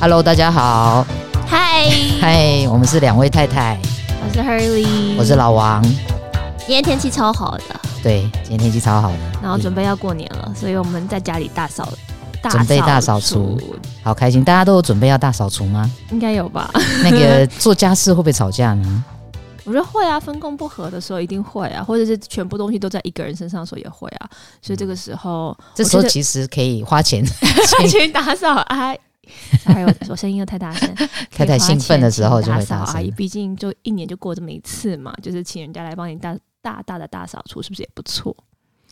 Hello，大家好，嗨， 嗨，我们是两位太太，我是 Hurley，我是老王。今天天气超好的，对，今天天气超好的，然后准备要过年了，所以我们在家里大扫，大准备大扫除除，好开心。大家都有准备要大扫除 吗？应该有吧？那个做家事会不会吵架呢？我觉得会啊，分工不合的时候一定会啊，或者是全部东西都在一个人身上的时候也会啊，所以这个时候这时候我觉得其实可以花 钱，嗯去打扫阿 姨。哎，我我声音又太大声，太太兴奋的时候就可会以花钱请大打扫阿姨，声。毕竟就一年就过这么一次嘛，就是请人家来帮你大大大的大扫除，是不是也不错？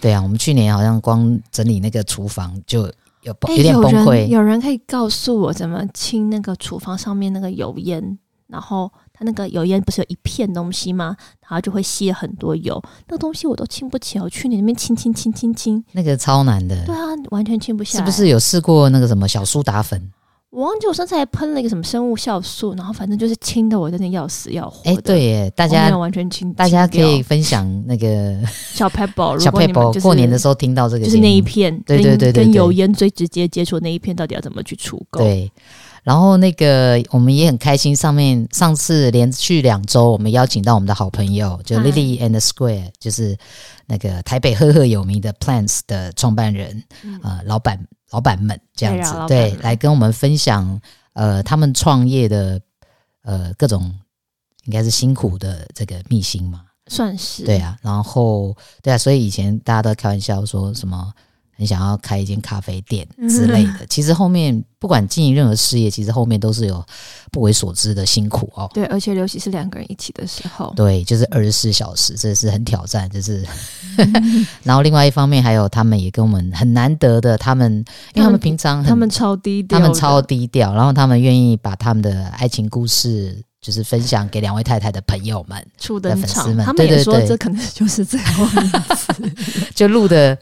对啊，我们去年好像光整理那个厨房就有崩哎有点崩有人溃，有人可以告诉我怎么清那个厨房上面那个油烟？然后它那个油烟不是有一片东西吗？然后就会吸了很多油，那个东西我都清不起来。我去你那边清清清清清，那个超难的。对啊，完全清不下是来。不是？有试过那个什么小苏打粉？我忘记我上次还喷了一个什么生物酵素，然后反正就是清的我有点要死要活的。哎，对耶，大我没家有完全清，大家可清以掉分享那个小 pebble，小佩佩宝宝、就是、过年的时候听到这个就节目，是那一片，对对跟对对跟对油烟最直接接触的那一片，到底要怎么去除垢？对，然后那个我们也很开心，上面上次连续两周，我们邀请到我们的好朋友，就嗯 Lily and the Square，、就是那个台北赫赫有名的 Plants 的创办人，嗯呃，老板老板们这样对啊子，老板对，们来跟我们分享呃他们创业的呃各种应该是辛苦的这个秘辛嘛，算是对啊，然后对啊，所以以前大家都在开玩笑说什么很想要开一间咖啡店嗯之类的。其实后面不管经营任何事业，其实后面都是有不为所知的辛苦哦。对，而且尤其是两个人一起的时候，对，就是二十四小时，这是很挑战， 就是。然后另外一方面，还有他们也跟我们很难得的，他们因为他他们们平常很他们超低调他的，们超低调，然后他们愿意把他们的爱情故事，就是分享给两位太太的朋友们。初登粉丝场，们他对们对也说对这可能就 是这样。就录 的，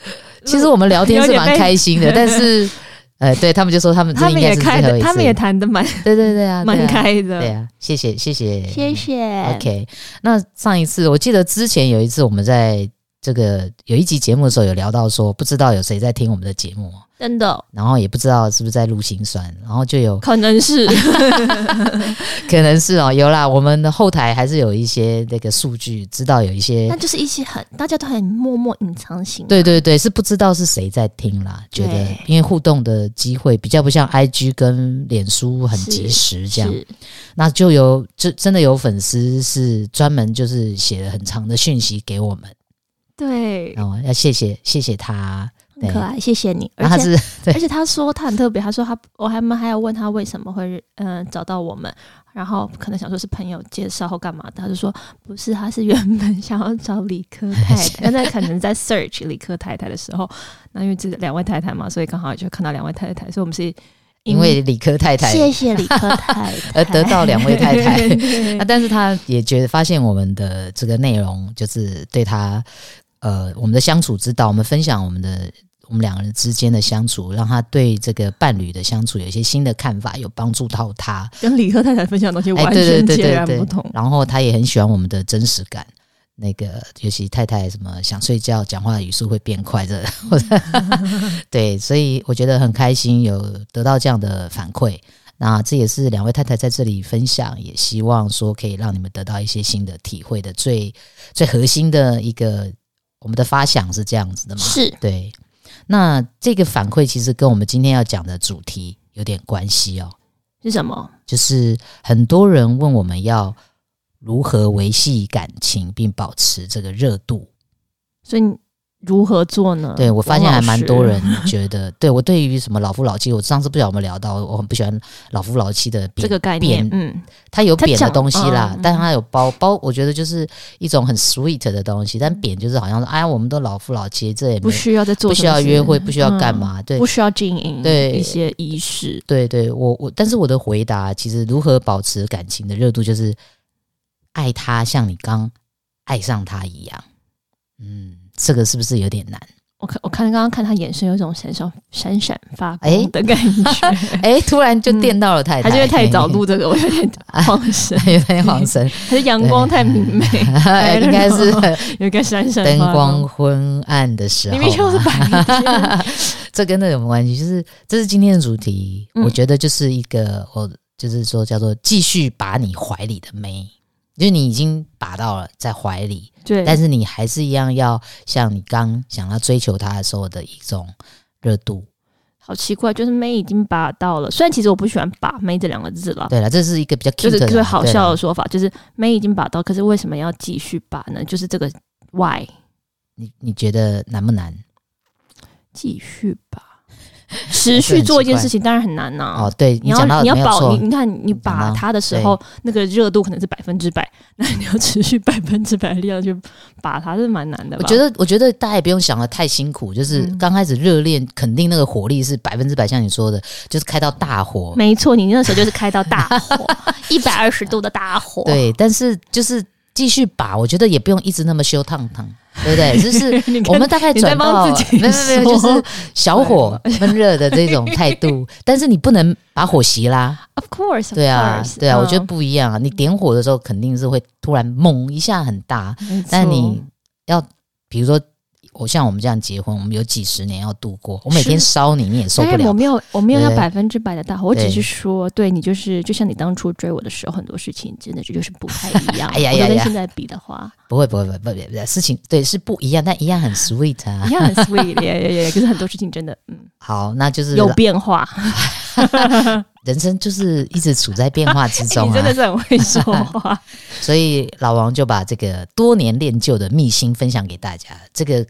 其实我们聊天是蛮开心的，有但点被是，呃，对他们就说他们这他应们该也是开最后的，一次，他们也谈的蛮对对对啊，对啊蛮，开对的，啊，谢谢谢谢谢 OK，那上一次我记得之前有一次我们在这个有一集节目的时候有聊到说，不知道有谁在听我们的节目，真的然后也不知道是不是在录心酸，然后就有可能是可能是哦，有啦，我们的后台还是有一些那个数据，知道有一些那就是一些很大家都很默默隐藏型，对对对，是不知道是谁在听啦，觉得对因为互动的机会比较不像 IG 跟脸书很是及时这样，是那就有就真的有粉丝是专门就是写了很长的讯息给我们，对，然后要谢谢谢谢他，对很可爱，谢谢你，然后而他且。嗯是对而且他说他很特别，他说他我还们还要问他为什么会嗯、呃找到我们，然后可能想说是朋友介绍或干嘛的，他就说不是，他是原本想要找理科 太太，那可能在 search 理科太太的时候，那因为这两位太太嘛，所以刚好就看到两位太太，所以我们是因为理科太太谢谢理科太太 而得到两位太太对啊那但是他也觉得发现我们的这个内容，就是对他，呃，我们的相处之道，我们分享我们的我们两个人之间的相处，让他对这个伴侣的相处有一些新的看法，有帮助到他。 跟理科太太分享的东西哎完对对全对截对然对不同，然后他也很喜欢我们的真实感。那个，尤其太太什么想睡觉，讲话语速会变快这，我 对，所以我觉得很开心有得到这样的反馈。那这也是两位太太在这里分享，也希望说可以让你们得到一些新的体会的最最核心的一个我们的发想是这样子的嘛？是对。那这个反馈其实跟我们今天要讲的主题有点关系哦。是什么？就是很多人问我们要如何维系感情并保持这个热度。所以你如何做呢？对我发现王还嗯老师蛮多人觉得， 对我对于什么老夫老妻，我上次不晓得我们聊到，我很不喜欢老夫老妻的这贬个概念贬，嗯，它有他扁的讲东西啦，嗯但它有包包，我觉得就是一种很 sweet 的东西，但扁就是好像说，哎呀，我们都老夫老妻，这也不没需要再做不什需么要事嗯约会，不需要干嘛，对不。需要经营对一些仪式，对对，我我，但是我的回答其实如何保持感情的热度，就是爱 他像你刚爱上他一样。嗯，这个是不是有点难？我看我看刚刚看他眼神有一种闪闪闪闪发哎光的感觉， 哎、突然嗯就电到了太太，还是因为太早录这个，我 有点慌神，有 点晃神，还是阳光太明媚， 哎应该 是有一个闪闪灯发光，昏暗的时候明明就是嘛，白天，这跟那有什么关系？就是这是今天的主题，嗯我觉得就是一个我就是说叫做继续把你怀里的妹，就是你已经把到了在怀里， 对，但是你还是一样要像你刚想要追求她的时候的一种热度。好奇怪，就是妹已经把到了，虽然其实我不喜欢“把妹”这两个字了。对了，这是一个比较 cute 就是的最好对啦啊笑的说法，就是妹已经把到，可是为什么要继续把呢？就是这个 why 你你觉得难不难？继续 把，持续做一件事情当然很难呐、哦，对你讲到要你要没有保错你，，你看你把它的时候，那个热度可能是百分之百， 那你要持续百分之百的力量去把它，是蛮难的吧。我觉得，我觉得大家也不用想的太辛苦，就是嗯刚开始热恋，肯定那个火力是百分之百，像你说的，就是开到大火。没错，你那时候就是开到大 火，一百二十度的大火。对，但是就是继续把，我觉得也不用一直那么修烫烫，对不对？就是 你看，我们大概你在转到帮自己没有没有，说就是小火闷热的这种态 度，但是你不能把火熄啦， of course，对啊 of，course，对啊，嗯我觉得不一样啊。你点火的时候肯定是会突然猛一下很大，嗯没错但你要比如说。我像我们这样结婚，我们有几十年要度过，我每是天烧你，你也受当不然了哎我。没有，我没有要对百分之百的大火，我只对是说，对你就是，就像你当初追我的时候，很多事情真的就是不太一样。 哎呀我觉呀得呀现在比的话，不会不会不会不会不会，事情对是不一样，但一样很 sweet 啊 一。样很 sweet，耶耶耶。可是很多事情真的，嗯，好，那就是有变化。人生就是一直处在变化之中 你真的啊。是很会说 话。所以老王就把这个多年练就的秘辛分享给大家。这个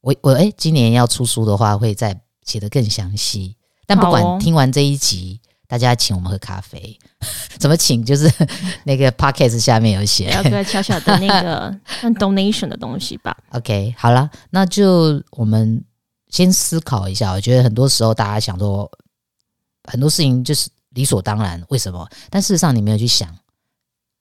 我我哎、今年要出书的话，会再写得更详细。但不管、好哦听完这一集，大家请我们喝咖啡， 怎么请？就是那个 podcast 下面有写。要个小小的那个 像 donation 的东西吧。 OK，好啦，那就我们先思考一下。我觉得很多时候大家想说很多事情就是理所当然，为什么？但事实上你没有去想。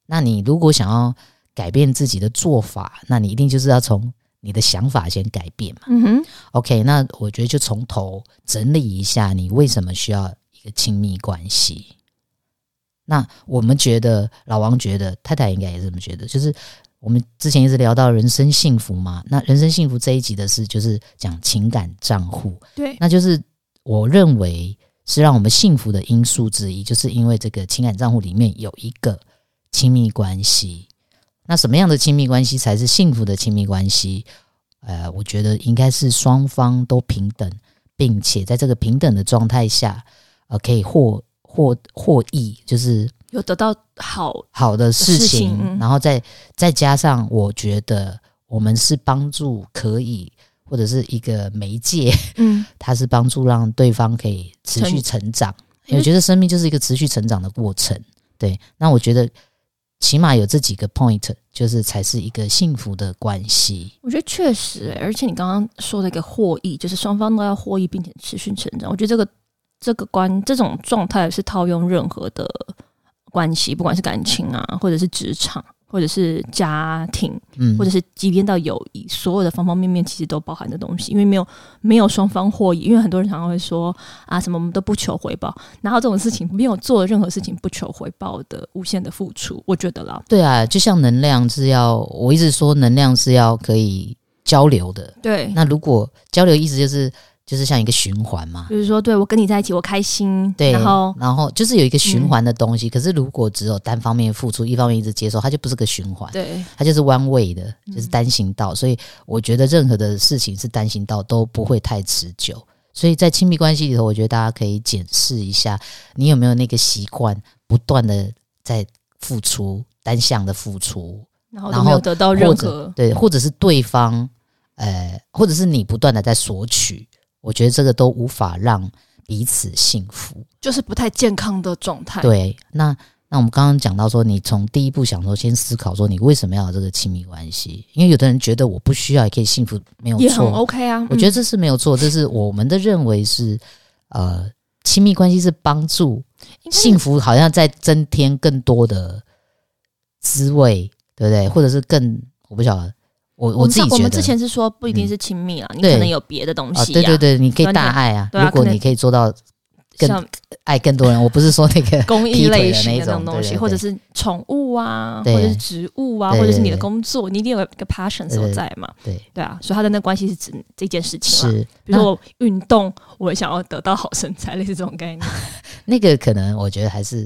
那你如果想要改变自己的做法，那你一定就是要从你的想法先改变嘛。嗯哼， OK，那我觉得就从头整理一下，你为什么需要一个亲密关系？那我们觉得，老王觉得，太太应该也是这么觉得，就是我们之前一直聊到人生幸福嘛。那人生幸福这一集的事，就是讲情感账户，对，那就是我认为是让我们幸福的因素之一，就是因为这个情感账户里面有一个亲密关系。那什么样的亲密关系才是幸福的亲密关系？呃，我觉得应该是双方都平等，并且在这个平等的状态下，呃，可以获获获益，就是有得到好，好的事事情，情嗯然后再再加上，我觉得我们是帮助可以，或者是一个媒介，嗯，它是帮助让对方可以持续成长。因为我觉得生命就是一个持续成长的过程。对，那我觉得起码有这几个 point，就是才是一个幸福的关系。我觉得确实、而且你刚刚说的一个获益，就是双方都要获益，并且持续成长。我觉得这个这个关这种状态是套用任何的关系，不管是感情啊，或者是职场，或者是家庭，嗯或，者是即便到友谊，所有的方方面面其实都包含的东西，因为没有没有双方获益，因为很多人常常会说啊什么我们都不求回报，然后这种事情没有做任何事情不求回报的无限的付出，我觉得啦，对啊，就像能量是要，我一直说能量是要可以交流的。对，那如果交流意思就是就是像一个循环嘛，就是说对我跟你在一起我开心，对，嗯然后就是有一个循环的东西。可是如果只有单方面付出，一方面一直接受，它就不是个循环，对它就是弯位的，就是单行道。所以我觉得任何的事情是单行道都不会太持久。所以在亲密关系里头，我觉得大家可以检视一下，你有没有那个习惯，不断的在付出，单向的付出，然后然都后没有得到或任何者对，或者是对方，呃，或者是你不断的在索取，我觉得这个都无法让彼此幸福。就是不太健康的状态，对，那那我们刚刚讲到说，你从第一步想说，先思考说你为什么要有这个亲密关系？因为有的人觉得我不需要也可以幸福，没有也很错， OK 啊，我觉得嗯这是没有错，这是我们的认为是呃，亲密关系是帮助嗯应该是幸福，好像在增添更多的滋味，对不对？或者是更我不晓得，我我我自己上我觉们得嗯之前是说不一定是亲密啊，你对可能有别的东啊，西、啊对对对，你可以对啊大爱啊，对啊如果可能你可以做到更像爱更多人，我不是说那 个公益劈腿类的型那的种种东对西，对或者对是宠物啊，或对者是植物啊，对或者是对你的对工作，你一定有一个对 passion 对所对在嘛。对对啊，所以他的那关系是指这件事情啦。是，比那如说我运动，我也想要得到好身材，类似这种概 念。那个可能我觉得还是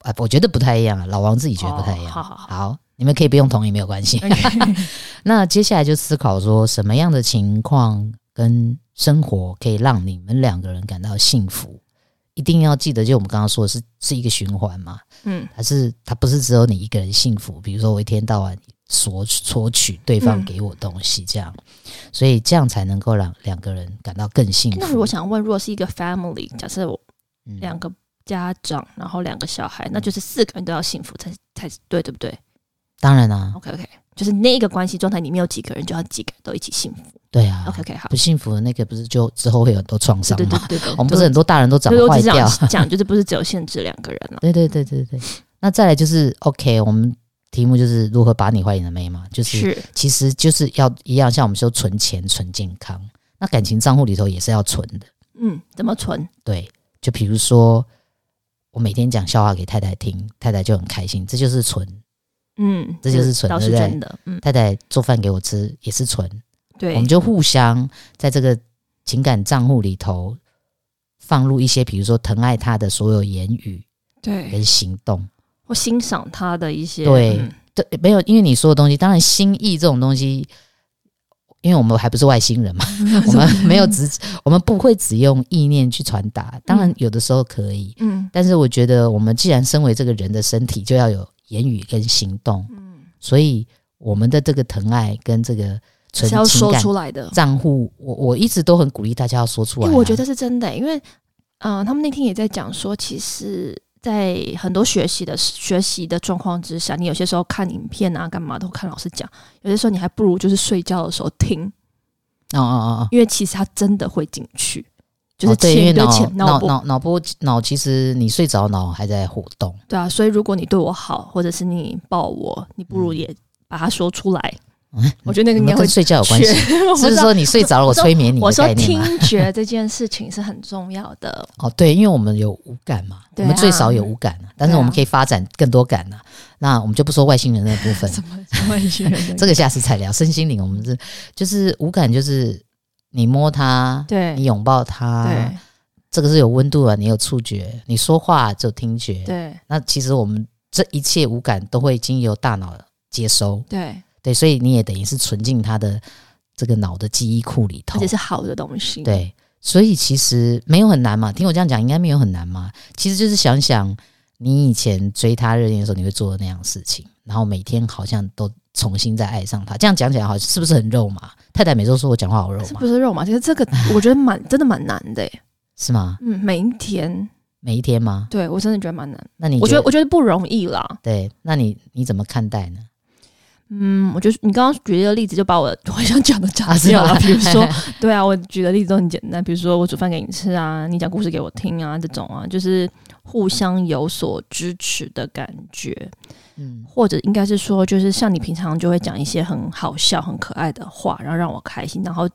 啊，我觉得不太一样啊，老王自己觉得不太一样。哦好好好你们可以不用同意，没有关系。 OK 那接下来就思考说，什么样的情况跟生活可以让你们两个人感到幸福？一定要记得，就我们刚刚说的是是一个循环嘛，嗯，它是它不是只有你一个人幸福。比如说，我一天到晚索索取对方嗯给我东西，这样，所以这样才能够让两个人感到更幸福。那如果想问，如果是一个 family，假设我嗯两个家长，然后两个小孩，那就是四个人都要幸福才才对，对不对当然啊， ？OK OK，就是那个关系状态里面有几个人，就要几个人都一起幸福。对啊 OK OK，好不，幸福的那个不是就之后会有很多创对伤对对吗？对对，我们不是很多大人都长对，我坏只掉，想讲，就是不是只有限制两个人啊了。对对对对对。那再来就是 OK，我们题目就是如何把你坏你的妹嘛，就是是，其实就是要一样，像我们说存钱、存健康，那感情账户里头也是要存的。嗯，怎么存？对，就比如说我每天讲笑话给太太听，太太就很开心，这就是存。嗯，这就是存倒对是不对真的。嗯，太太做饭给我吃也是存，对我们，就互相在这个情感账户里头放入一些，比如说疼爱他的所有言语对，跟行动。我欣赏他的一些对嗯对，没有，因为你说的东西，当然心意这种东西，因为我们还不是外星 人嘛，我们没有只，我们不会只用意念去传达。当然，有的时候可以，嗯但是我觉得我们既然身为这个人的身体，就要有言语跟行动，嗯，所以我们的这个疼爱跟这个纯是要情说感出来的。账户，我我一直都很鼓励大家要说出来、因啊为我觉得是真的、因为嗯、呃他们那天也在讲说，其实，在很多学习的学习的状况之下，你有些时候看影片啊，干嘛都看老师讲，有些时候你还不如就是睡觉的时候听，哦哦哦哦。因为其实他真的会进去，就哦是对，因切为一堆脑钱脑波。脑脑波脑，其实你睡着脑还在活动，对啊，所以如果你对我好，或者是你抱我，你不如也把它说出来。我觉得那个嗯应你该们会跟睡觉有关学系。 我是不知是道说你睡着了，我催眠你我的说概念啊听吗？觉这件事情是很重要 的，哦，对，因为我们有五感嘛，对我们啊最少有五感、啊，但是对啊我们可以发展更多感啊。那我们就不说外星人那部 分，怎么怎么一些人这个下次再聊。身心灵，我们是就是五感，就是你摸它，你 啊对拥抱它，对这个是有温度啊，你有触觉，你说话就有听觉。对那其实我们这一切五感都会经由大脑接收，对。对，所以你也等于是存进它的这个脑的记忆库里头，而且是好的东西。，对，所以其实没有很难嘛。听我这样讲，应该没有很难嘛。其实就是想想你以前追他热恋的时候，你会做的那样的事情，然后每天好像都重新再爱上他。这样讲起来，好像是不是很肉麻？太太每周说我讲话好肉是麻，不是肉麻？其 实这个我觉得蛮真的蛮难的耶。是吗？嗯，每一天，每一天吗？对我真的觉得蛮难。那你我觉觉得我觉得不容易啦。对？那你你怎么看待呢？嗯，我觉得你刚刚举的例子就把我我想讲的讲啊是 掉了。吗比如说，对啊，我举的例子都很简单，比如说我煮饭给你吃啊，你讲故事给我听啊，这种啊，就是互相有所支持的感觉，嗯，或者应该是说，就是像你平常就会讲一些很好笑、很可爱的话，然后让我开心，然后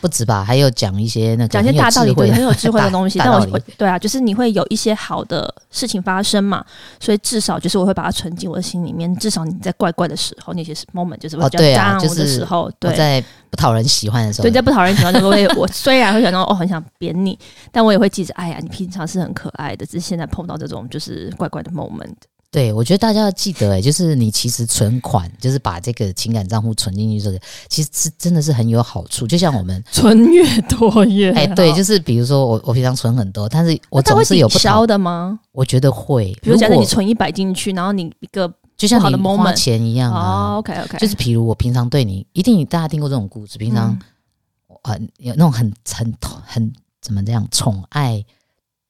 不止吧，还有讲一些那个讲一些大道理，对，很有智慧的东西。但 我大道我理对啊，就是你会有一些好的事情发生嘛，所以至少就是我会把它存进我的心里面。至少你在怪怪的时候，那些 moment 就是会哦比较对啊 down 就是的时候，我对。在不讨人喜欢的时候对，，在不讨人喜欢的时候，我也 我虽然会想到哦，很想扁你，但我也会记着，哎呀，你平常是很可爱的，只是现在碰到这种就是怪怪的 moment，对，我觉得大家要记得、欸，就是你其实存款，就是把这个情感账户存进去，这个其实是真的是很有好处。就像我们，存越多越哎、对，就是是比如说我我平常存很多，但是我啊它总会是有抵不讨消，的吗？我觉得会。比如假设果你存一百进去，然后你一个就像不好的你花 moment 钱一样啊，哦，OK OK，就是比如我平常对你，一定大家听过这种故事，平常嗯很、有那种很很很怎么这样宠爱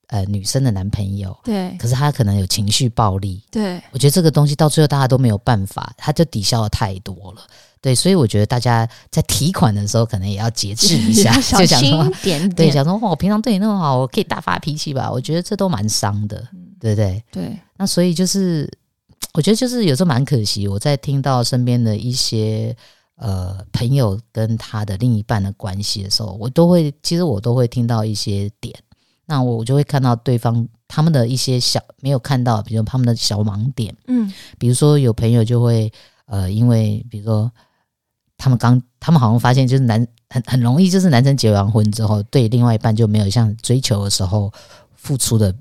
呃女生的男朋友，嗯对可是他可能有情绪暴力，对，我觉得这个东西到最后大家都没有办法，它就抵消的太多了。对，所以我觉得大家在提款的时候，可能也要节制一 下，小就想心说一，点对，点。想说，哇，我平常对你那么好，我可以大发脾气吧？我觉得这都蛮伤的，嗯对不对？对，那所以就是，我觉得就是有时候蛮可惜，我在听到身边的一些呃朋友跟他的另一半的关系的时候，我都会其实我都会听到一些点，那我就会看到对方他们的一些小没有看到，比如他们的小盲点，嗯比如说有朋友就会呃，因为比如说他们刚他们好像发现就是男很很容易就是男生结完婚之后对另外一半就没有像追求的时候付出的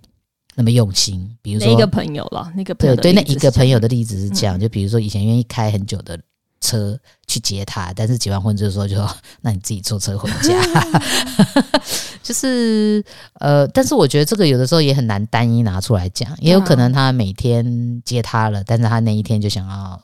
那么用心，比如那一个说朋友了，那个朋对友的对那例子一是个这朋样嗯友的例子是这样，就比如说以前愿意开很久的。车去接他，但是结完婚之后就说：“那你自己坐车回家。” 就是呃，但是我觉得这个有的时候也很难单一拿出来讲，也有对啊可能他每天接他了，但是他那一天就想要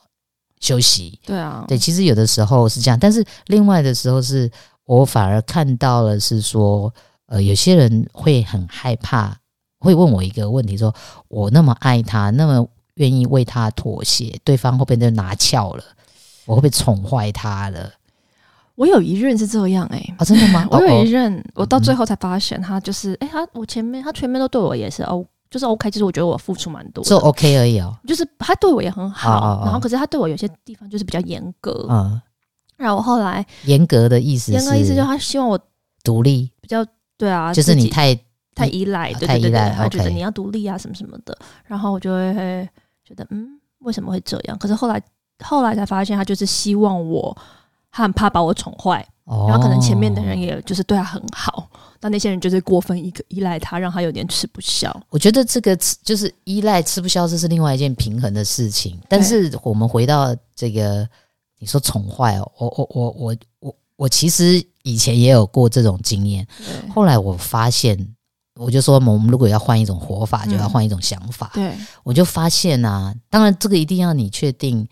休息。对啊，对，其实有的时候是这样，但是另外的时候是我反而看到了是说，呃，有些人会很害怕，会问我一个问题说我那么爱他，那么愿意为他妥协，对方会不会就拿翘了？我会不会宠坏他了？我有一任是这样哎、？啊，真的吗 我有哦一任，我到最后才发现他就是，哎、他我前面他前面都对我也是 O，就是 OK，就是我觉得我付出蛮多哦，就的， OK 而已哦。就是他对我也很好，哦哦哦然后可是他对我有些地方就是比较严格，嗯，然后我后来严格的意思严格意思就是是他希望我独立，比较对啊，就是自你己太太依赖，对太对对依赖对，他觉得 OK 你要独立啊什么什么的，然后我就会觉得嗯，为什么会这样？可是后来后来才发现，他就是希望我，他很怕把我宠坏，哦，然后可能前面的人也就是对他很好，那那些人就是过分依依赖他，让他有点吃不消。我觉得这个吃就是依赖吃不消，这是另外一件平衡的事情。但是我们回到这个，你说宠坏哦，我我我我我我其实以前也有过这种经验，后来我发现，我就说我们如果要换一种活法，嗯就要换一种想法。对我就发现啊，当然这个一定要你确定，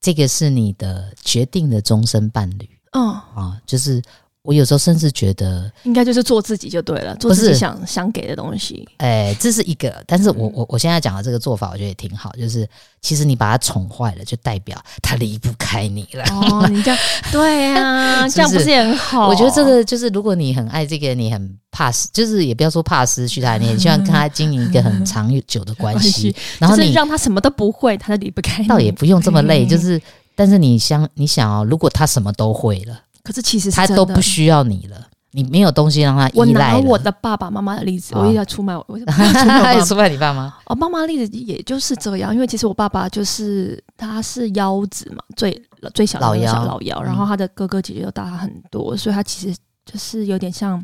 这个是你的决定的终身伴侣嗯，啊，就是。我有时候甚至觉得，应该就是做自己就对了，做不自己是想想给的东西。哎、这是一个，但是我嗯我我现在讲的这个做法，我觉得也挺好，就是其实你把他宠坏了，就代表他离不开你了。哦， 你这样对啊，是不是 这样不是也很好？我觉得这个就是，如果你很爱这个，你很怕失，就是也不要说怕失去他，你很希望跟他经营一个 很长久的关系关，然后就是你让他什么都不会，他就离不开你。倒也不用这么累，嗯就是。但是你想，你想哦，如果他什么都会了，可是其实是他真都的不需要你了，你没有东西让他我依拿赖我了。 的爸爸妈妈的例子，啊我也要出卖我，我有出卖出卖你爸妈？哦，妈妈的例子也就是这样，因为其实我爸爸就是他是幺子嘛，最最小的那个老嗯幺小老幺，然后他的哥哥姐姐又大他很多，所以他其实就是有点像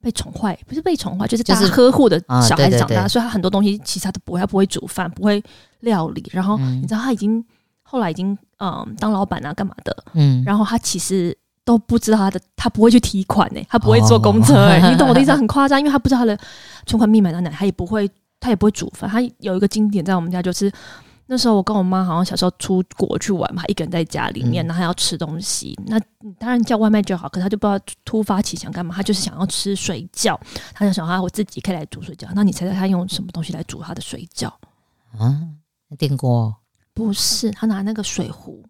被宠坏，不是被宠坏，就是大就是呵护的啊小孩子对对长大，对所以他很多东西其实他都不会，他不会煮饭，不会料理，然后你嗯知道他已经后来已经嗯当老板啊干嘛的，嗯，然后他其实都不知道他的，他不会去提款呢、他不会坐公车哎、哦你懂我的 意思啊？很夸张，因为他不知道他的存款密码在哪，他也不会，他也不会煮饭。他有一个经典在我们家就是。那时候我跟我妈好像小时候出国去玩嘛，一个人在家里面，嗯然后她要吃东西，那嗯当然叫外卖就好，可是她就不知道突发奇想干嘛，她就是想要吃水饺，她就想啊，我自己可以来煮水饺。那你猜猜她用什么东西来煮她的水饺？啊，电锅不是，他拿那个 水壶，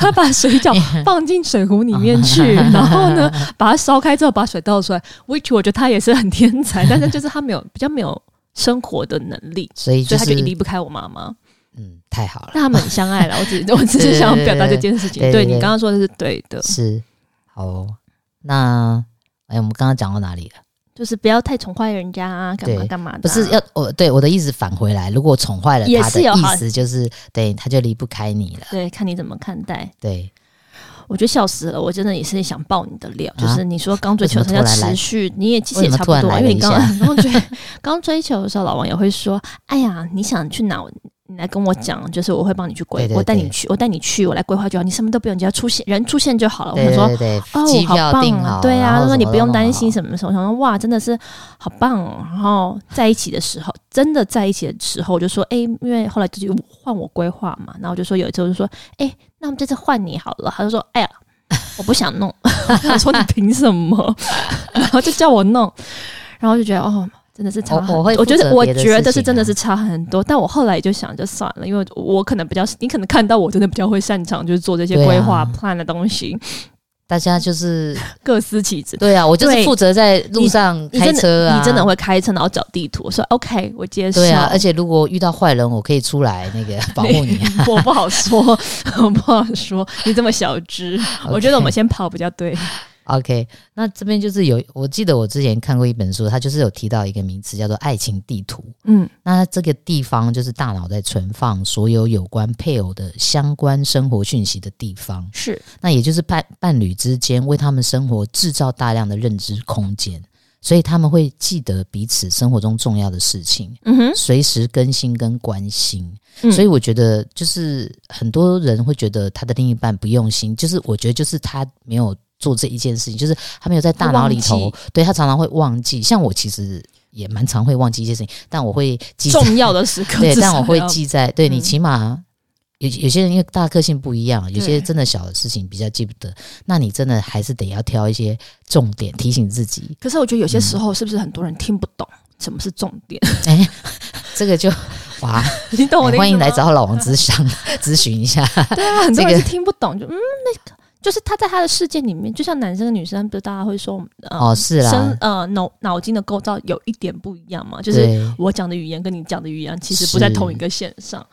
他把水 饺放进水壶里面去，哦然后 呢，把它烧开之后把水倒出来。which 我觉得他也是很天才，但是就是他没有比较没有生活的能 力，所以就所以他是就离不开我妈 妈。嗯，太好了但，他们很相爱了，我只我只是想要表达这件事情。对对对对对对你刚刚说的是对的，是好哦。那哎，我们刚刚讲到哪里了？就是不要太宠坏人家啊，干嘛对干嘛的啊、不是要我对我的意思返回来，如果宠坏了也他的是有哦好意思，就是对他就离不开你了。对，看你怎么看待。对，我觉得笑死了，我真的也是想爆你的料，啊就是你说刚追求为什他么要突然来持续，你也其实为也什么差不突多，然来了因为一你刚刚追 刚追求的时候，老王也会说：“哎呀，你想去哪？你来跟我讲，就是我会帮你去规，对对我带你对去，我带你去，我来规划就好，你什么都不用，你只要出现人出现就好了。”我想对说对对，：“哦，机好票棒订啊好，！对啊，然他后说什你么不都用弄担好心什么什么。”我想说：“哇，真的是好棒哦！”然后在一起的时候，真的在一起的时候，我就说：“哎，因为后来就是换我规划嘛，然后我就说有一次我就说：‘哎，那我们这次换你好了。’他就说：‘哎呀。’我不想弄。 我说你凭什么？ 然后就叫我弄，然后就觉得哦，真的是差很多。我我会负责觉得我别的觉事得是情真的啊是差很多，但我后来就想就算了，因为我可能比较，你可能看到我真的比较会擅长就是做这些对啊规划 plan 的东西，大家就是各司其职。对啊，我就是对负责在路上你开真车的啊，你真的会开车，然后找地图，我说 OK，我接受。对 啊，而且如果遇到坏人，我可以出来那个 保护你。啊我不好说，我不好说，你这么小 只， 我觉得我们 OK 先跑比较对。 OK，那这边就是有，我记得我之前看过一本书，它就是有提到一个名词叫做爱情地图。嗯，那这个地方就是大脑在存放所有有关配偶的相关生活讯息的地方。是那也就是伴伴侣之间为他们生活制造大量的认知空间，所以他们会记得彼此生活中重要的事情，嗯哼，随时更新跟关心。嗯所以我觉得，就是很多人会觉得他的另一半不用心，就是我觉得就是他没有做这一件事情，就是他没有在大脑里忘头，对他常常会忘记。像我其实也蛮常会忘记一些事情，但我会记在重要的时刻， 对，至少但我会要记在，对你嗯起码有有些人因为大家个性不一样，有些对真的小的事情比较记不得，那你真的还是得要挑一些重点提醒自己。可是我觉得有些时候是不是很多人听不懂什么是重 点？哎，这个就哇，你 懂我哎的意思吗？欢迎来找老王咨商 咨询一下。对啊，很多这人个是听不懂，就嗯，那个就是他在他的世界里面，就像男生跟女生，不是大家会说呃哦，是啦身，呃脑脑筋的构造有一点不一样嘛，就是对我讲的语言跟你讲的语言其实是不在同一个线上。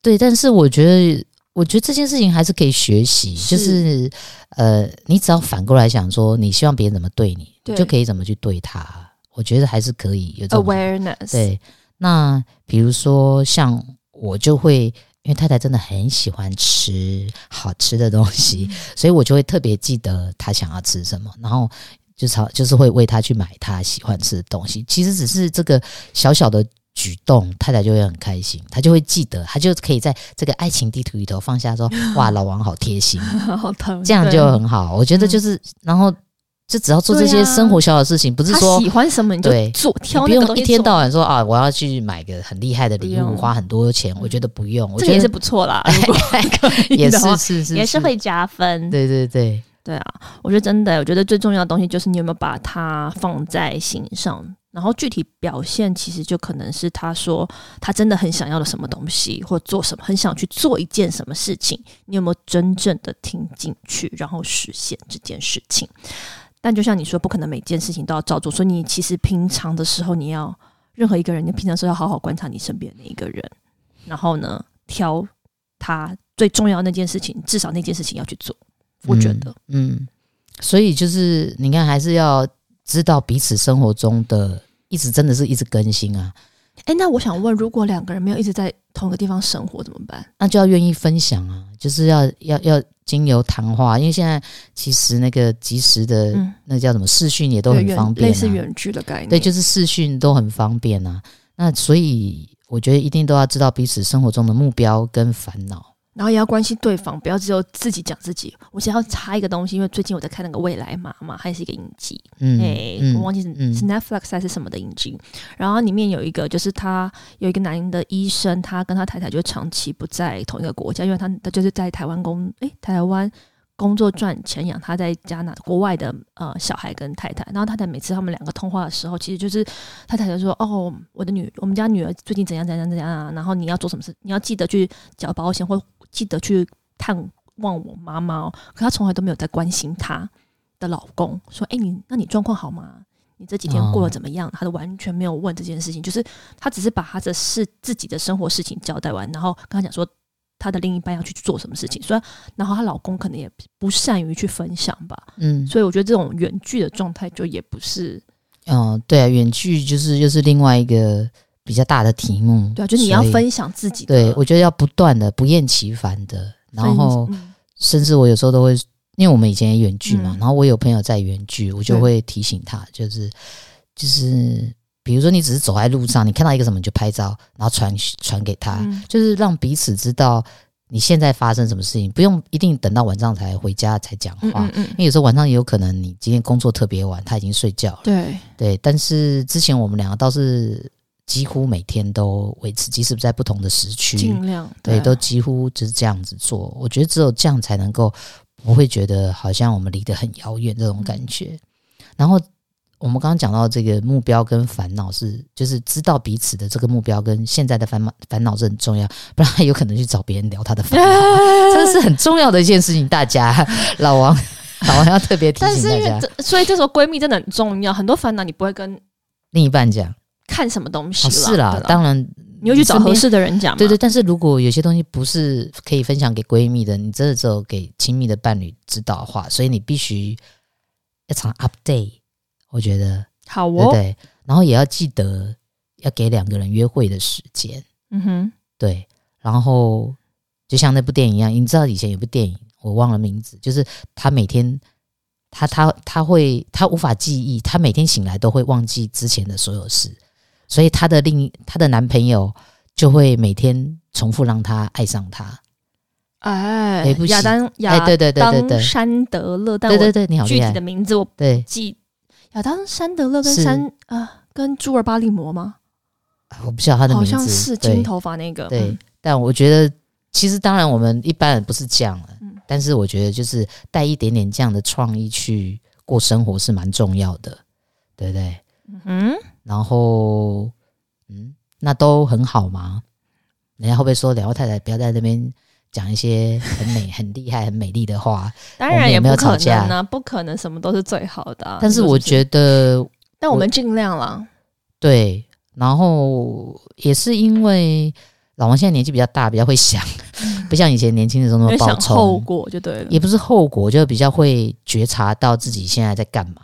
对，但是我觉得。我觉得这件事情还是可以学习，就是是，呃，你只要反过来想说，你希望别人怎么对你，对你就可以怎么去对他。我觉得还是可以有这种 Awareness，，嗯对，那比如说像我就会，因为太太真的很喜欢吃好吃的东西，嗯所以我就会特别记得她想要吃什么，然后。就常就是会为她去买她喜欢吃的东西，其实只是这个小小的举动，太太就会很开心，她就会记得，她就可以在这个爱情地图里头放下 说，哇，老王好贴心， 好疼，这样对嗯就很好。我觉得就是，然后就只要做这对些啊生活小小的事情，不是他说喜欢什么你就对做，你挑不那个用东西一天做到晚说啊，我要去买个很厉害的礼不物，用嗯花很多钱，我觉得不用，我这觉得个也是不错啦，如果可 以也 的是话是是也是会加分。对对对对啊，我觉得真的，我觉得最重要的东西就是你有没有把它放在心上，然后具体表现其实就可能是他说他真的很想要的什么东西，或做什么很想去做一件什么事情，你有没有真正的听进去，然后实现这件事情？但就像你说，不可能每件事情都要照做，所以你其实平常的时候，你要任何一个人，你平常时候要好好观察你身边的那一个人，然后呢，挑他最重要的那件事情，至少那件事情要去做。我觉得，嗯，嗯所以就是你看，还是要知道彼此生活中的，一直真的是一直更新啊，哎、那我想问，如果两个人没有一直在同一个地方生活怎么办？那就要愿意分享啊，就是要要要经由谈话，因为现在其实那个及时的、嗯，那叫什么视讯也都对，很远方便、啊，类似远距的概念。对，就是视讯都很方便啊。那所以我觉得一定都要知道彼此生活中的目标跟烦恼。然后也要关心对方，不要只有自己讲自己。我想要插一个东西，因为最近我在看那个《未来妈妈》，还是一个影集，嗯，哎、嗯我忘记是、嗯是 Netflix 还是什么的影集。然后里面有一个，就是他有一个男的医生，他跟他太太就长期不在同一个国家，因为他他就是在台湾工，哎、台湾工作赚钱养他在加拿国外的呃小孩跟太太。然后太太每次他们两个通话的时候，其实就是他太太就说：“哦，我的女，我们家女儿最近怎样怎样怎样啊，然后你要做什么事，你要记得去缴保险，或记得去探望我妈妈、哦。”可她从来都没有在关心她的老公，说：“哎、你那你状况好吗？”你这几天过得怎么样？她都完全没有问这件事情，就是她只是把她的事自己的生活事情交代完，然后跟她讲说她的另一半要去做什么事情。所以，然后她老公可能也不善于去分享吧，嗯所以我觉得这种远距的状态就也不是嗯，对啊，远距就是又是另外一个比较大的题目。对啊，就是你要所以分享自己的对，我觉得要不断的不厌其烦的，然分后嗯甚至我有时候都会，因为我们以前也远距嘛，嗯然后我有朋友在远距，我就对会提醒他，就是就是，比如说你只是走在路上，你看到一个什么你就拍照，然后传传给他，嗯就是让彼此知道你现在发生什么事情，不用一定等到晚上才回家才讲话。嗯嗯嗯因，为有时候晚上也有可能你今天工作特别晚，他已经睡觉了。对，对，但是之前我们两个倒是几乎每天都维持，即使在不同的时区，尽量对，对，啊都几乎就是这样子做。我觉得只有这样才能够不会觉得好像我们离得很遥远这种感嗯觉。然后我们刚刚讲到这个目标跟烦恼是，就是知道彼此的这个目标跟现在的烦恼烦恼是很重要，不然 有可能去找别人聊他的烦恼，这是很重要的一件事情。大家老王好，我要特别提但醒是大因为家，这，所以这时候闺蜜真的很重要。很多烦恼你不会跟另一半讲、看什么东哦、西了，是啦啦，，当然你会去找身边合适的人讲嘛。对对，但是如果有些东西不是可以分享给闺蜜的，你真的只有给亲密的伴侣知道的话，所以你必须要常 update。我觉得，好对不哦，对？然后也要记得要给两个人约会的时间，嗯哼，对。然后就像那部电影一样，你知道以前有部电影，我忘了名字，就是他每天他他他会他无法记忆，他每天醒来都会忘记之前的所有事，所以他的另一他的男朋友就会每天重复让他爱上他。哎对不，起亚当哎，亚对对对对当对，山德勒，但对对我对，你好具厉体害的，名字我对。记亚当山德勒跟是山啊跟朱尔巴利摩吗？我不知道他的好名字，像是对金头发那个，对嗯，但我觉得其实当然我们一般人不是这样了，嗯但是我觉得就是带一点点这样的创意去过生活是蛮重要的，对不对？嗯，然后，嗯，那都很好吗？人家会不会说两位太太不要在那边讲一些很美、 很厉害、很美丽的话？当我们然也也没不有吵可架能啊，不可能什么都是最好的啊。但是你说我不觉得但我我们尽量啦。对，然后也是因为老王现在年纪比较大，比较会想， 不像以前年轻的时候那因么为暴想后冲。果就对了。也不是后果，就比较会觉察到自己现在在干嘛。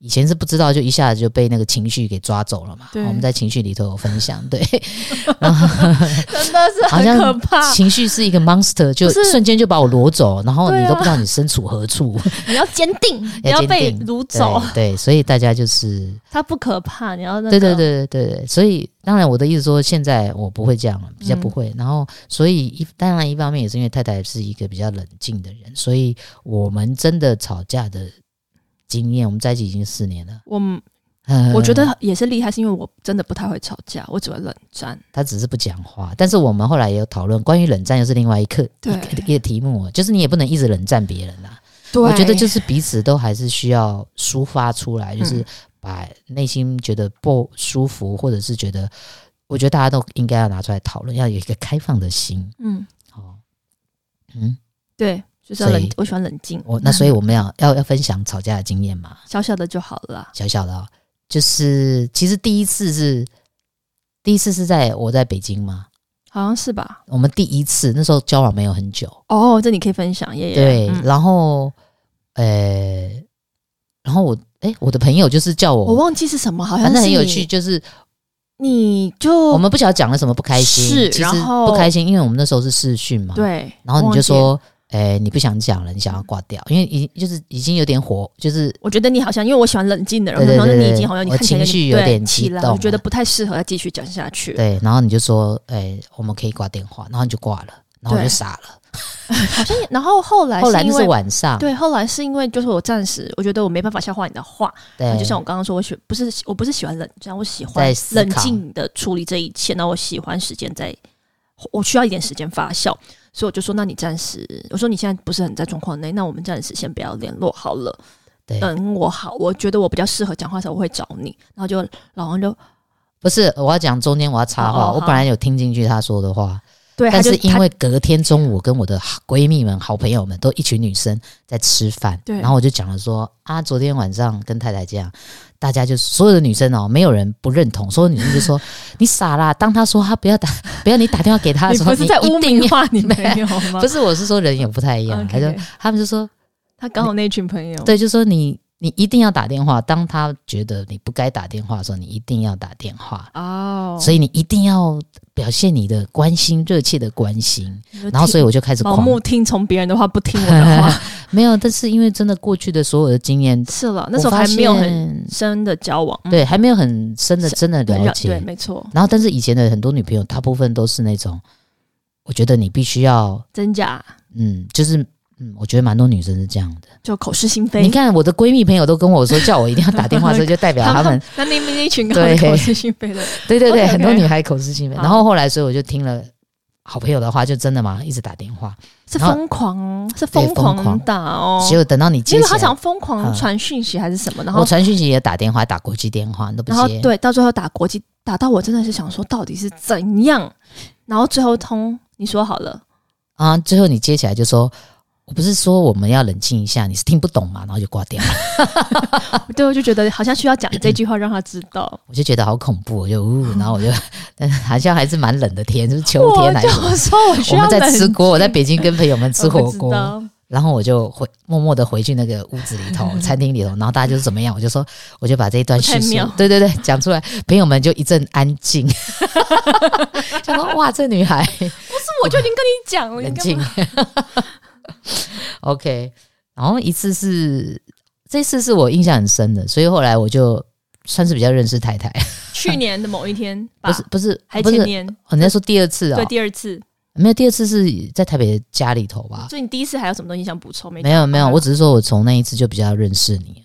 以前是不知道，就一下子就被那个情绪给抓走了嘛。对我们在情绪里头有分享，对， 真的是好 很像可怕。情绪是一个 monster，就是瞬间就把我掳走，然后对你啊都不知道你身处何处。你要坚 定， 你要要坚被定掳走，对，对，所以大家就是，它不可怕。你要那对对个，对对对对。所以当然，我的意思说，现在我不会这样了，比较嗯不会。然后，所以一当然一方面也是因为太太是一个比较冷静的人，所以我们真的吵架的经验，我们在一起已经四年了。我们嗯我觉得也是厉害，是因为我真的不太会吵架，我只会冷战。 他只是不讲话，但是我们后来也有讨论关于冷战，又是另外一课一对个一个题目哦，就是你也不能一直冷战别人啊啦。对我觉得就是彼此都还是需要抒发出来，就是嗯把内心觉得不舒服，或者是觉得，我觉得大家都应该要拿出来讨论，要有一个开放的心。嗯，哦，嗯，对，就是要所以冷，我喜欢冷静，嗯我那所以我们要要要分享吵架的经验嘛，小小的就好了啦。小小的、哦，就是其实第一次是第一次是在我在北京嘛，好像是吧？我们第一次那时候交往没有很久。哦，这你可以分享，耶耶。对，嗯然后呃，然后我哎、我的朋友就是叫我，我忘记是什么，好像反是正很有你趣，。就是你就我们不晓得讲了什么不开心，是其实然后不开心，因为我们那时候是视讯嘛，，对，然后你忘就记了，说，哎、你不想讲了，你想要挂掉，因为已就是已经有点火，就是我觉得你好像因为我喜欢冷静的人，对对然后对你对已经好像你我看起来情绪有对点起激来，动我觉得了不太适合再继续讲下去。对，然后你就说，哎、我们可以挂电话，然后你就挂了，然后我就对傻了。好像也，然后后来后来因那是为晚上，对，后来是因为就是我暂时我觉得我没办法消化你的话，对，就像我刚刚说，我喜不是我不是喜欢冷战，我喜哦在欢思冷考静的处理这一切，那我喜欢时间在，我需要一点时间发酵，所以我就说，那你暂时，我说你现在不是很在状况内，那我们暂时先不要联络好了，对等我好，我觉得我比较适合讲话的时候，我会找你，然后就老王就不是我要讲中间我要插话，哦哦我本来有听进去他说的话，对，他但就是因他为隔天中午，我跟我的好闺蜜们、好朋友们都一群女生在吃饭，对然后我就讲了说啊，昨天晚上跟太太这样，大家就所有的女生哦，没有人不认同，所有女生就说你傻啦，当他说他不要打， 不要你打电话给他的你时候，不你是在污一定名要。化 你朋友吗？不是，我是说人也不太一样，他就 OK 他们就说，他刚好那一群朋友，对，就说你你一定要打电话，当他觉得你不该打电话的时候，你一定要打电话，哦，所以你一定要表现你的关心，热切的关心。你就然后，听所以我就开始盲狂目听从别人的话，不听我的话。 没有，但是因为真的过去的所有的经验，是了，那时候我还发没有很现深的交往，嗯对，还没有很深的真的对了对，解。没错，然后，但是以前的很多女朋友，大部分都是那种，我觉得你必须要，真假嗯，就是。嗯，我觉得蛮多女生是这样的。就口是心非。你看，我的闺蜜朋友都跟我说，叫我一定要打 电话，所以就代表她们，那那那一群对刚口是心非的， 对对对， OK，OK 很多女孩口是心非。好然后后来，所以我就听了好朋友的话，就真的嘛，一直打电话。是然后疯狂，是对疯疯狂狂打哦。结果等到你接起结果来，他想疯狂嗯传讯息还是什么，然我后传讯息也打电话，打国际电话你都不然后接。对，到最后打国际打到我真的是想说到底是怎样，然后最后通你说好了， 啊，最后你接起来就说：“我不是说我们要冷静一下，你是听不懂嘛，然后就挂掉了，。对，我就觉得好像需要讲这句话让他知道 我就觉得好恐怖，我就 呜，然后我就， 但是好像还是蛮冷的天，就是秋我天来就着。说我需我要们在冷吃锅，我在静北京跟朋友们吃我不火知锅，道然后我就回默默的回去那个屋子里 头，餐厅里头，然后大家就是怎么样，我就说，我就把这一段叙不太述妙，对对对，讲出来，朋友们就一阵安静， 想说哇，这女孩不是，我就已经跟你讲 了，你冷哦干静嘛？ ，OK。然后一次是这次是我印象很深的，所以后来我就算是比较认识太太，去年的某一天吧不，是不是还不前是，年，哦你在说第二次哦对，，第二次，没有第二次是在台北家里头吧？所以你第一次还有什么东西想补充没？啊没有没有，啊我只是说我从那一次就比较认识你了。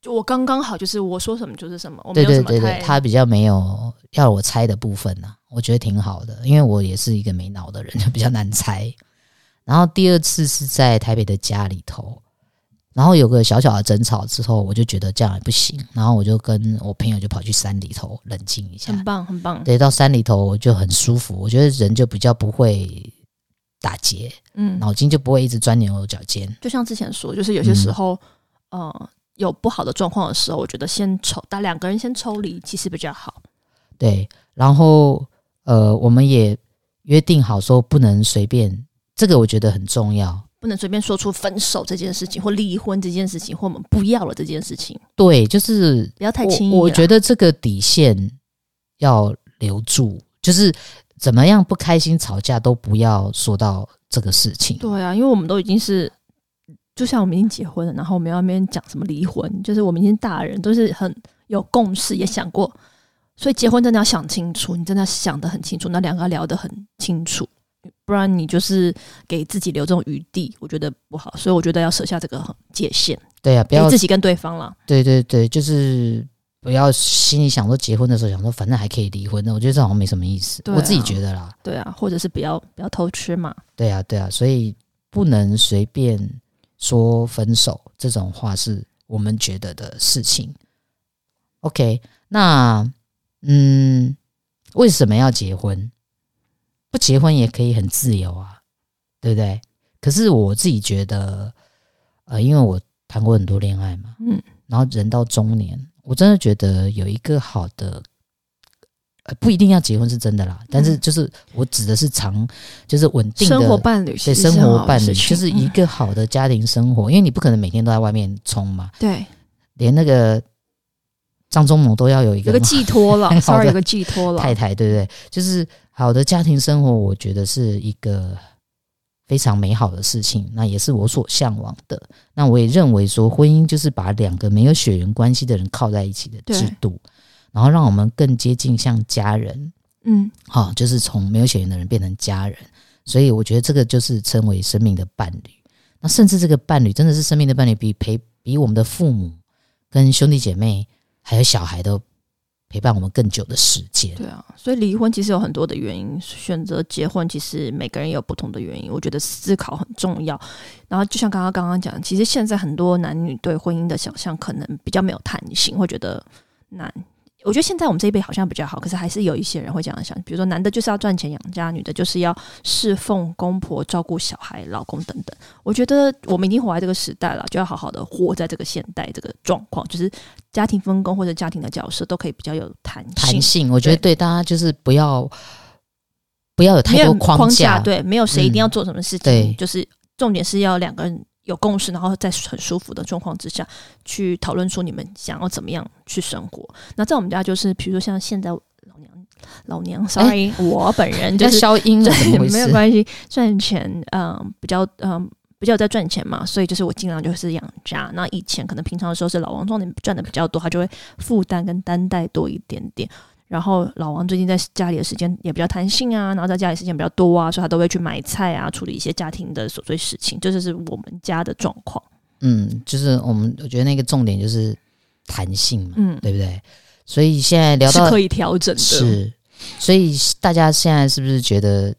就我刚刚好，就是我说什么就是什么，我对没有什对么对太对，他比较没有要我猜的部分呢、啊我觉得挺好的，因为我也是一个没脑的人，就 比较难猜。然后第二次是在台北的家里头，然后有个小小的争吵之后，我就觉得这样也不行，然后我就跟我朋友就跑去山里头冷静一下。很棒，很棒，哎对，到山里头我就很舒服，我觉得人就比较不会打结，嗯，脑筋就不会一直钻牛角尖。就像之前说，就是有些嗯时候，呃，有不好的状况的时候，我觉得先抽，但两个人先抽离，其实比较好。对，然后呃，我们也约定好说不能随便，这个我觉得很重要。不能随便说出分手这件事情，或离婚这件事情，或我们不要了这件事情，对，就是不要太轻易啊我我啦觉得这个底线要留住，就是怎么样不开心吵架都不要说到这个事情。对啊，因为我们都已经是，就像我们已经结婚了，然后我们要那边讲什么离婚，就是我们已经大人，都是很有共识，也想过，所以结婚真的要想清楚，你真的要想得很清楚，那两个要聊得很清楚，不然你就是给自己留这种余地，我觉得不好，所以我觉得要设下这个界限，对啊，不给要自己跟对方啦。对对对，就是不要心里想说结婚的时候想说反正还可以离婚，那我觉得这好像没什么意思。对我自己啊觉得啦，对啊，或者是不要不要偷吃嘛，对啊，对啊，所以不能随便说分手这种话是我们觉得的事情。OK，那嗯，为什么要结婚？不结婚也可以很自由啊，对不对？可是我自己觉得，呃，因为我谈过很多恋爱嘛，嗯，然后人到中年，我真的觉得有一个好的，呃，不一定要结婚是真的啦，但是嗯就是我指的是长，就是稳定的生活伴侣对其实生是很好活的伴侣，事情就是一嗯个好的家庭生活，因为你不可能每天都在外面冲嘛，对连那个张忠谋都要有一有个个寄托了 好的，sorry，有个寄托了，太太，对不对？就是好的家庭生活，我觉得是一个非常美好的事情，那也是我所向往的。那我也认为说，婚姻就是把两个没有血缘关系的人靠在一起的制对度，然后让我们更接近像家人，嗯，好、就是从没有血缘的人变成家人，所以我觉得这个就是称为生命的伴侣。那甚至这个伴侣真的是生命的伴侣，比陪比我们的父母、跟兄弟姐妹还有小孩都陪伴我们更久的时间。对啊，所以离婚其实有很多的原因，选择结婚其实每个人也有不同的原因。我觉得思考很重要。然后就像刚刚刚刚讲，其实现在很多男女对婚姻的想象可能比较没有弹性，会觉得难。我觉得现在我们这一辈好像比较好，可是还是有一些人会这样想，比如说男的就是要赚钱养家，女的就是要侍奉公婆、照顾小孩、老公等等。我觉得我们已经活在这个时代了，就要好好的活在这个现代这个状况，就是家庭分工或者家庭的角色都可以比较有弹性弹。性，我觉得对大家就是不要不要有没太有多框架。对，没有谁一定要嗯做什么事情，对就是重点是要两个人有共识，然后在很舒服的状况之下去讨论出你们想要怎么样去生活。那在我们家就是，比如说像现在老娘老哎娘，sorry，、我本人就要是消音了，啊怎么回对嗯没有事？关系，赚钱，嗯、比较嗯。比较有在赚钱嘛，所以就是我尽量就是养家。那以前可能平常的时候是老王赚的赚的比较多，他就会负担跟担待多一点点。然后老王最近在家里的时间也比较弹性啊，然后在家里时间比较多啊，所以他都会去买菜啊，处理一些家庭的琐碎事情。这就是我们家的状况。嗯，就是我们我觉得那个重点就是弹性嘛，嗯，对不对？所以现在聊是到可以调整的。，是，所以大家现在是不是觉得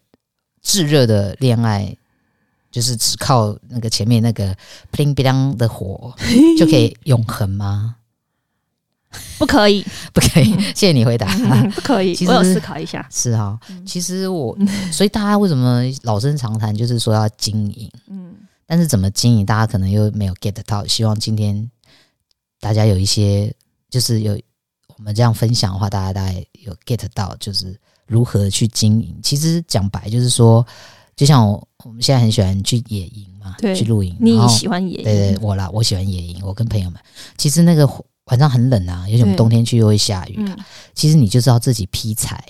炙热的恋爱就是只靠那个前面那个 bling bling 的火就可以永恒吗？ 不可以？不可以，谢谢你回答。不可以其。实我有思考一下。是啊哈、嗯其实我，所以大家为什么老生常谈，就是说要经营。 嗯，但是怎么经营，大家可能又没有 get 到。希望今天大家有一些，就是有我们这样分享的话，大家大概有 get 到，就是如何去经营。其实讲白就是说，就像我我们现在很喜欢去野营嘛，对去露营。你然后喜欢野营，对对，我啦，我喜欢野营。我跟朋友们，其实那个晚上很冷啊，尤其我们对冬天去又会下雨啊、嗯，其实你就是要自己劈柴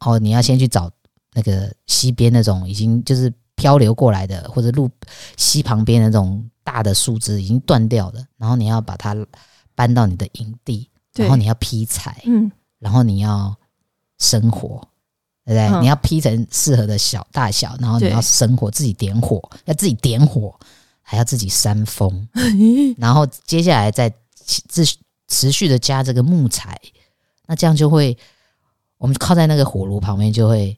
哦，你要先去找那个溪边那种已经就是漂流过来的，或者路溪旁边那种大的树枝已经断掉的，然后你要把它搬到你的营地，对然后你要劈柴，嗯， 然后你要生火。对不对？嗯你要劈成适合的小大小，然后你对要生火，自己点火，要自己点火，还要自己扇风，然后接下来再持持续的加这个木材，那这样就会，我们靠在那个火炉旁边就会，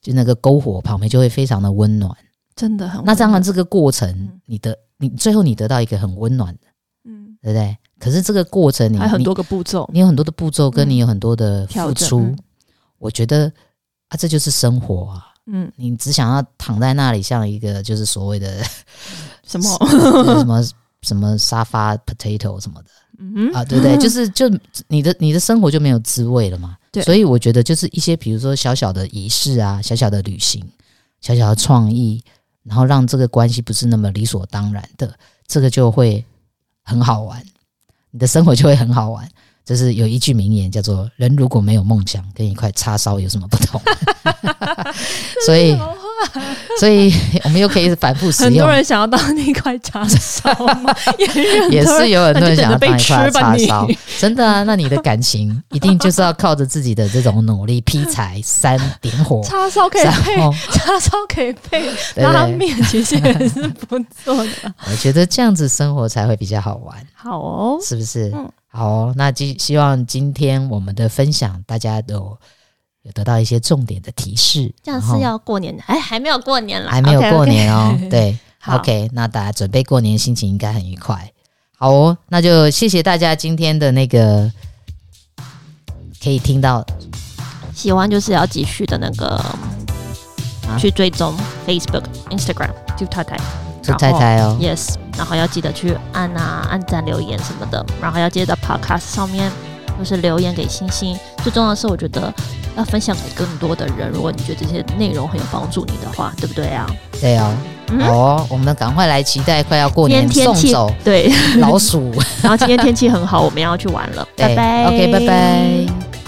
就那个篝火旁边就会非常的温暖。真的很。那当然，这个过程哦嗯，你得你最后你得到一个很温暖的，嗯，对不对？可是这个过程你还有很多个步骤你，你有很多的步骤，跟嗯你有很多的付调整出，嗯我觉得啊，这就是生活啊。嗯，你只想要躺在那里，像一个就是所谓 的什么？就是什么什么沙发 potato 什么的。嗯，啊，对 不对？就是就你的你的生活就没有滋味了嘛。对所以我觉得就是一些比如说小小的仪式啊，小小的旅行，小小的创意，然后让这个关系不是那么理所当然的，这个就会很好玩，你的生活就会很好玩。就是有一句名言叫做“人如果没有梦想，跟一块叉烧有什么不同？” 所以，所以我们又可以反复使很用多。人想要当那块叉烧 吗？也是也 很多是有很人多人想要当一块叉那就等着被吃吧 烧你，真的啊！那你的感 情一定就是要靠着自己的这种努力劈柴、三点火，叉烧可以然配后叉烧可以配啊 对拉不对？面，其实也是不错的。我觉得这样子生活才会比较 好玩，好哦，是不是？嗯好哦，那希希望今天我们的分享大家有有得到一些重点的提示，这样然后是要过年的，哎，还没有过年啦，还没有 OK，OK 过年 哦，对。好 OK，那大家准备过年，心情应该很愉快。好哦，那就谢谢大家今天的那个可以听到喜欢就是要继续的那个、啊去追踪 Facebook、Instagram、就太太、兔太太哦， Yes，然后要记得去按啊、按赞、留言什么的，然后要记得到 Podcast 上面就是留言给星星。最重要的是，我觉得要分享给更多的人。如果你觉得这些内容很有帮助你的话，对不对啊？对哦，嗯好哦，我们赶快来期待快要过年今天送天气走对， 老鼠。然后今天天气很好，我们要去玩了，对拜拜。 ，OK，拜拜。